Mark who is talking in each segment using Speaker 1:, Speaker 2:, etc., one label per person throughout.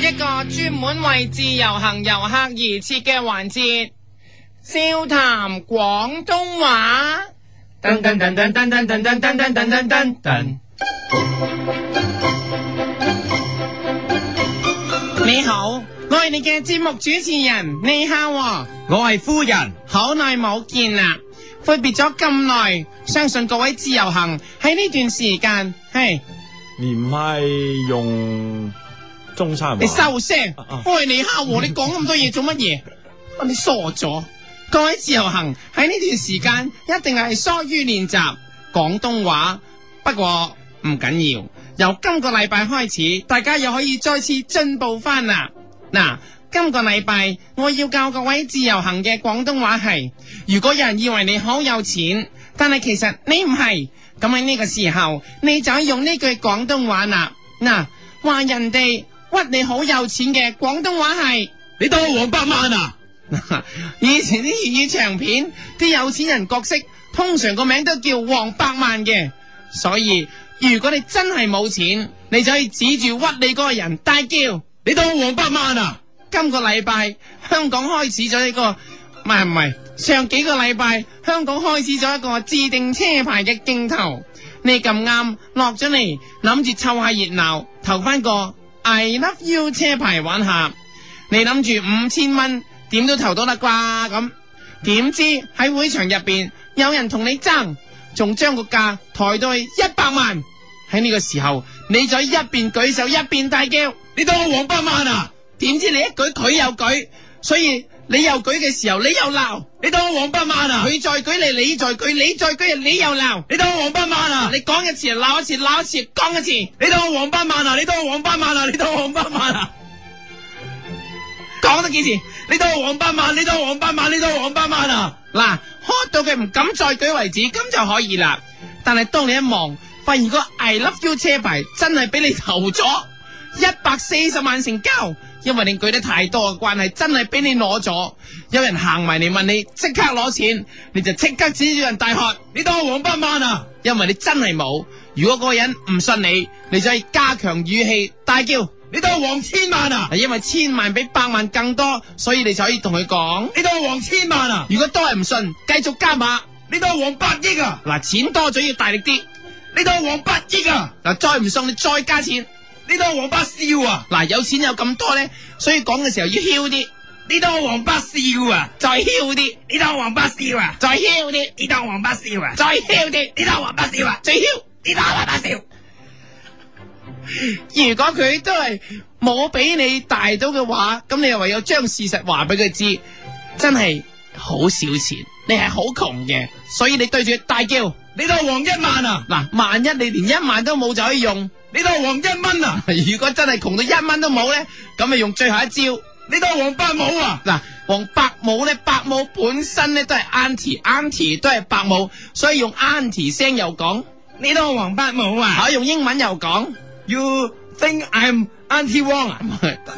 Speaker 1: 一個專門為自由行遊客而設嘅環節，笑談廣東話。
Speaker 2: 噔噔噔噔噔噔噔噔噔噔噔噔噔。
Speaker 1: 你好，我係你嘅節目主持人，你好喎，
Speaker 2: 我係夫人，
Speaker 1: 好耐冇見啦，闊別咗咁耐，相信各位自由行喺呢段時間，嘿，
Speaker 3: 而唔係用中山話。
Speaker 1: 你收聲
Speaker 3: 啊啊！
Speaker 1: 喂，你蝦我，你講咁多嘢做乜嘢？啊你傻咗！各位自由行喺呢段時間一定係疏於練習廣東話，不過唔緊要，由今個禮拜開始，大家又可以再次進步翻啦。嗱，今個禮拜我要教各位自由行嘅廣東話係，如果有人以為你好有錢，但係其實你唔係，咁喺呢個時候你就用呢句廣東話啦。嗱，話人哋屈你好有錢嘅廣東話係。
Speaker 2: 你當我黃百萬啊？
Speaker 1: 以前啲粵語長片，啲有錢人角色通常個名都叫黃百萬嘅，所以如果你真係冇錢，你就可以指住屈你嗰個人大叫。
Speaker 2: 你當我黃百萬啊？
Speaker 1: 今個禮拜香港開始咗一個，唔係唔係，上幾個禮拜香港開始咗一個自定車牌嘅競投。你咁啱落咗嚟，諗住湊下熱鬧，投翻個 I love you 車牌玩下。你諗住五千蚊點都投到啦啩咁，點知喺會場入邊有人同你爭，仲將個價抬到去一百萬。喺呢個時候，你就一邊舉手一邊大叫。
Speaker 2: 你當我黃百萬啊？
Speaker 1: 點知你一舉佢又舉，所以你又舉嘅時候你又鬧，
Speaker 2: 你當我黃百萬啊？
Speaker 1: 佢再舉你，你再舉，你再舉你又鬧。
Speaker 2: 你當我黃百萬啊？
Speaker 1: 你講一次鬧一次，鬧一次講一次，
Speaker 2: 你當我黃百萬啊？你當我黃百萬啊？你當我黃百萬啊？
Speaker 1: 講得幾次？
Speaker 2: 你當我黃百萬？你當我黃百萬？你當我黃百萬啊？
Speaker 1: 嗱，喝到佢唔敢再舉為止，咁就可以啦。但係當你一望，發現個 I Love You 車牌真係俾你投咗一百四十萬成交，因為你舉得太多嘅關係，真係俾你攞咗。有人行埋嚟問你，即刻攞錢，你就即刻指住人大喝。
Speaker 2: 你當我黃百萬啊？
Speaker 1: 因為你真係冇。如果嗰個人唔信你，你就係加強語氣大叫，
Speaker 2: 你當我黃千萬啊？
Speaker 1: 係因為千萬比百萬更多，所以你就可以同佢講。
Speaker 2: 你當我黃千萬啊？
Speaker 1: 如果都係唔信，繼續加碼。
Speaker 2: 你當我黃百億啊？
Speaker 1: 嗱，錢多咗要大力啲。
Speaker 2: 你當我黃百億啊？
Speaker 1: 嗱，再唔信你再加錢。
Speaker 2: 你當我黃百兆啊？
Speaker 1: 嗱，有錢有咁多咧，所以講嘅時候要囂啲，
Speaker 2: 你當我黃百兆啊？
Speaker 1: 再囂啲，
Speaker 2: 你當我黃百兆啊？
Speaker 1: 再囂啲，
Speaker 2: 你當我黃百兆啊？
Speaker 1: 再囂啲，
Speaker 2: 你當我黃百兆啊？
Speaker 1: 再囂。
Speaker 2: 你當我黃百兆？啊
Speaker 1: 如果佢都係冇俾你大到嘅話，咁你又唯有將事實話俾佢知，真係好少錢，你係好窮嘅，所以你對住佢大叫
Speaker 2: 你當我黃一萬啊？
Speaker 1: 嗱，萬一你連一萬都冇就可以用，
Speaker 2: 你當我黃一蚊啊？
Speaker 1: 如果真係窮到一蚊都冇咧，咁咪用最後一招
Speaker 2: 你當我黃百母啊？
Speaker 1: 嗱。黃伯母咧，伯母本身咧都係 auntie，auntie 都係伯母，所以用 auntie 聲又講，
Speaker 2: 你當我黃伯母啊
Speaker 1: 可以用英文又講，
Speaker 2: ？You think I'm Auntie Wong 啊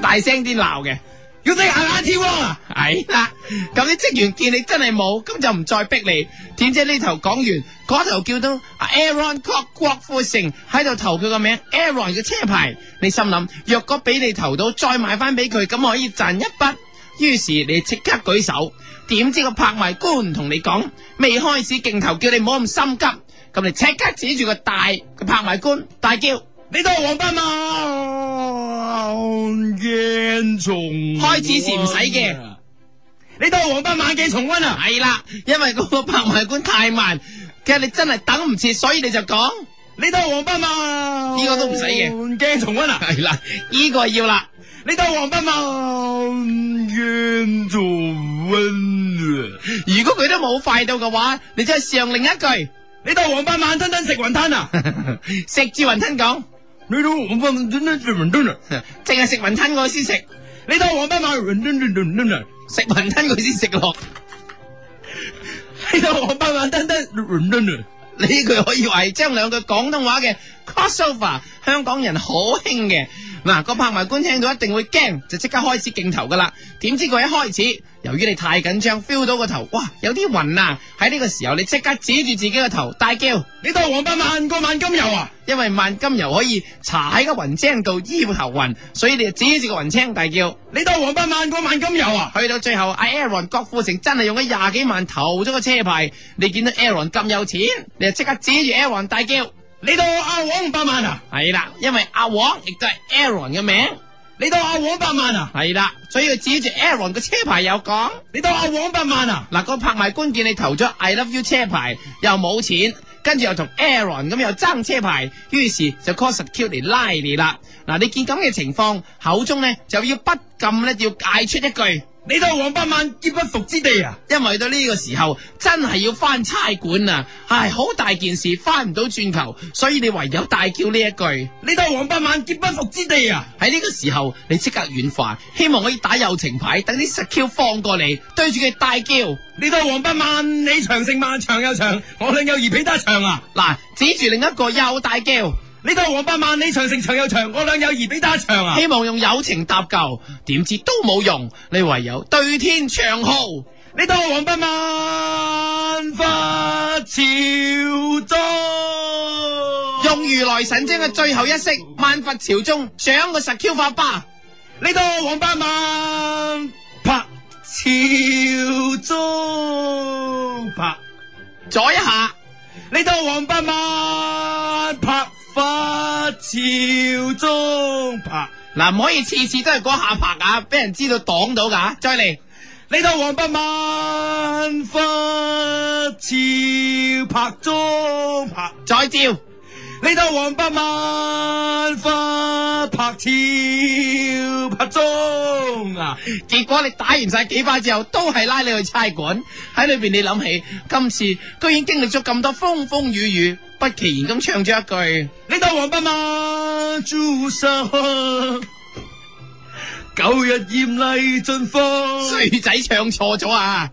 Speaker 1: 大聲啲鬧嘅。
Speaker 2: ？You think I'm Auntie Wong 啊？
Speaker 1: 係啦，咁啲職員見你真係冇，咁就唔再逼你。點知呢頭講完，嗰頭叫到阿 Aaron 郭郭富城喺度投佢個名 Aaron 嘅車牌。你心諗，若果俾你投到，再賣翻俾佢，咁可以賺一筆。於是你即刻舉手，點知個拍賣官同你講，未開始競投，叫你唔好咁心急。咁你即刻指住個大個拍賣官大叫，
Speaker 2: 你當我黃伯母嘅重
Speaker 1: 開始時唔使嘅。
Speaker 2: 你當我黃伯晚嘅重温啊？
Speaker 1: 係啦，因為嗰個拍賣官太慢，其實你真係等唔切，所以你就講。
Speaker 2: 你當我黃伯母
Speaker 1: 呢個都唔使嘅
Speaker 2: 嘅重 温啊？
Speaker 1: 系啦，呢、個要啦。
Speaker 2: 你當我黃伯母嘅重温啊？
Speaker 1: 如果佢都冇快到嘅話，你再試用另一句，
Speaker 2: 你當我黃伯晚吞吞食雲吞啊？
Speaker 1: 食住雲吞講，
Speaker 2: 你當我黃伯晚吞吞食雲吞啊？
Speaker 1: 淨係食雲吞我先食，
Speaker 2: 你當我黃伯晚雲吞吞吞吞啊？
Speaker 1: 食雲吞佢先食落。
Speaker 2: 你當我黃伯晚吞吞雲吞啊？
Speaker 1: 呢句可以話係將兩句廣東話嘅 crossover，香港人好興嘅。嗱，個拍賣官聽到一定會驚，就即刻開始競投噶啦。點知佢一開始，由於你太緊張，feel 到個頭，哇，有啲暈啊！喺呢個時候，你即刻指住自己個頭大叫，
Speaker 2: 你當黃百萬個萬金油啊？
Speaker 1: 因為萬金油可以搽喺個雲青度醫頭暈，所以你就指住個雲青大叫。
Speaker 2: 你當黃百萬個萬金油啊？
Speaker 1: 去到最後，阿 Aaron 郭富城真係用咗廿幾萬投咗個車牌，你見到 Aaron 咁有錢，你就即刻指住 Aaron 大叫。
Speaker 2: 你當阿黃百萬啊？
Speaker 1: 係啦，因為阿黃亦都係 Aaron 嘅名，
Speaker 2: 你當阿黃百萬啊？
Speaker 1: 係啦，所以佢指住 Aaron 個車牌又講。
Speaker 2: 你當阿黃百萬啊？
Speaker 1: 嗱，個拍賣官見你投咗 I Love You 車牌又冇錢，跟住又同 Aaron 咁又爭車牌，於是就 call secure 嚟拉你啦。嗱，你見咁嘅情況，口中咧就要不禁咧要嗌出一句，
Speaker 2: 你當黃百萬劫不復之地啊？
Speaker 1: 因為到呢個時候真係要翻差館啊，唉，好大件事，翻唔到轉頭，所以你唯有大叫呢一句。
Speaker 2: 你當黃百萬劫不復之地啊？
Speaker 1: 喺呢個時候，你即刻軟化，希望可以打友情牌，等啲 secure 放過你，對住佢大叫。
Speaker 2: 你當黃百萬你長城萬長又長，我兩友誼比他長啊？
Speaker 1: 嗱，指住另一個又大叫，
Speaker 2: 你當黃百萬你長城長又長，我兩友誼比他長啊？
Speaker 1: 希望用友情搭救，點知都冇用，你唯有對天長號。
Speaker 2: 你當黃百萬發朝中。
Speaker 1: 用如來神掌嘅最後一式，萬佛朝宗，賞個 secure 法巴。
Speaker 2: 你當黃百萬拍朝中拍，
Speaker 1: 左一下，
Speaker 2: 你當黃百萬拍花朝中拍，
Speaker 1: 嗱唔可以次次都係嗰下拍啊，俾人知道擋到噶。再嚟，
Speaker 2: 你當黃百萬花朝拍中拍，
Speaker 1: 再照。
Speaker 2: 你當黃百萬花拍朝拍中啊！
Speaker 1: 結果你打完晒幾巴之後，都係拉你去差館。喺裏邊你諗起今次居然經歷咗咁多風風雨雨，不其然咁唱咗一句。
Speaker 2: 你當黃百萬朱砂香，舊日艷麗盡放。
Speaker 1: 衰仔唱錯咗啊！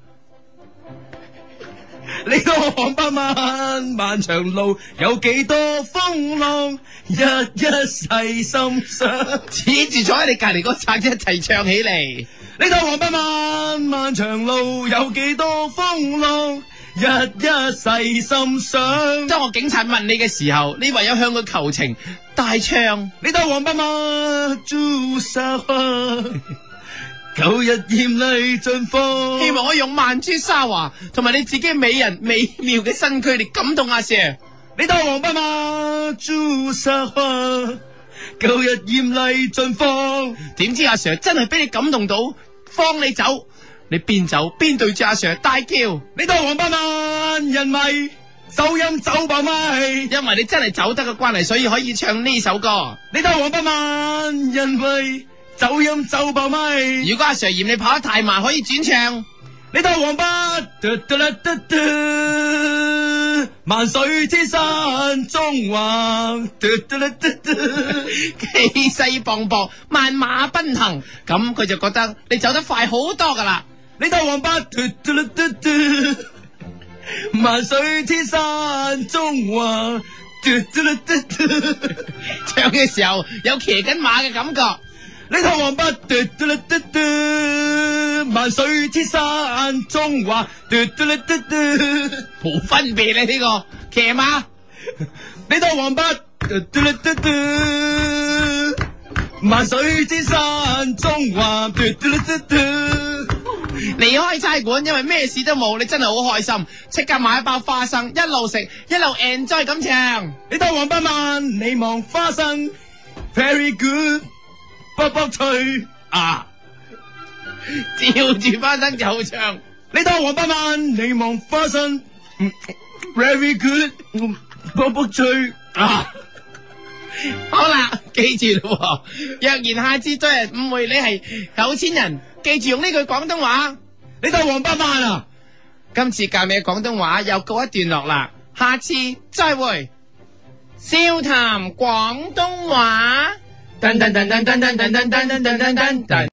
Speaker 2: 你當黃百萬漫長路有幾多風浪，日一細心想。
Speaker 1: 指住坐喺你隔籬嗰賊一齊唱起嚟。
Speaker 2: 你當黃百萬漫長路有幾多風浪，日一細心想。
Speaker 1: 當我警察問你嘅時候，你唯有向佢求情，大唱。
Speaker 2: 你當黃百萬朱砂 香，舊日艷麗盡放。
Speaker 1: 希望可以用曼珠沙華同埋你自己美人美妙嘅身軀嚟感動阿 Sir。
Speaker 2: 你當黃斑馬朱砂香，舊日艷麗盡放。
Speaker 1: 點知阿 Sir 真係俾你感動到，放你走。你邊走邊對住阿 Sir 大叫，因
Speaker 2: 你當黃斑馬人迷，走音走爆咪。
Speaker 1: 為你真係走得嘅關係，所以可以唱呢首歌。
Speaker 2: 你當黃斑馬人迷，走音走爆咪。
Speaker 1: 如果阿 Sir 嫌你跑得太慢，可以轉唱。
Speaker 2: 你當黃斑嘟嘟啦嘟嘟，萬水千山中橫，嘟嘟啦嘟嘟。
Speaker 1: 氣勢磅礴，萬馬奔騰，咁佢就覺得你走得快好多噶啦。
Speaker 2: 你當黃斑嘟嘟啦嘟嘟，萬水千山中橫，嘟嘟啦嘟嘟。
Speaker 1: 唱嘅時候有騎緊馬嘅感覺。
Speaker 2: 你睇王八嘟嘟啦嘟嘟，萬水千山中華嘟嘟啦嘟嘟。
Speaker 1: 冇分別咧呢個騎馬，
Speaker 2: 你睇王八嘟嘟啦嘟嘟，萬水千山中華嘟嘟啦嘟嘟。
Speaker 1: 離開差館，因為咩事都冇，你真係好開心，即刻買一包花生，一路食一路 enjoy 咁唱。
Speaker 2: 你睇王八萬，你望花生，very good，卜卜脆啊！
Speaker 1: 照住花生就唱，
Speaker 2: 你睇王八萬，你望花生，very good，卜卜脆啊！
Speaker 1: 好啦，記住咯喎。若然下次再人誤會你係有錢人，記住用呢句廣東話。
Speaker 2: 你當黃百萬啊？
Speaker 1: 今次教你嘅廣東話又告一段落啦，下次再會。笑談廣東話。噔噔噔噔噔噔噔噔噔噔噔噔。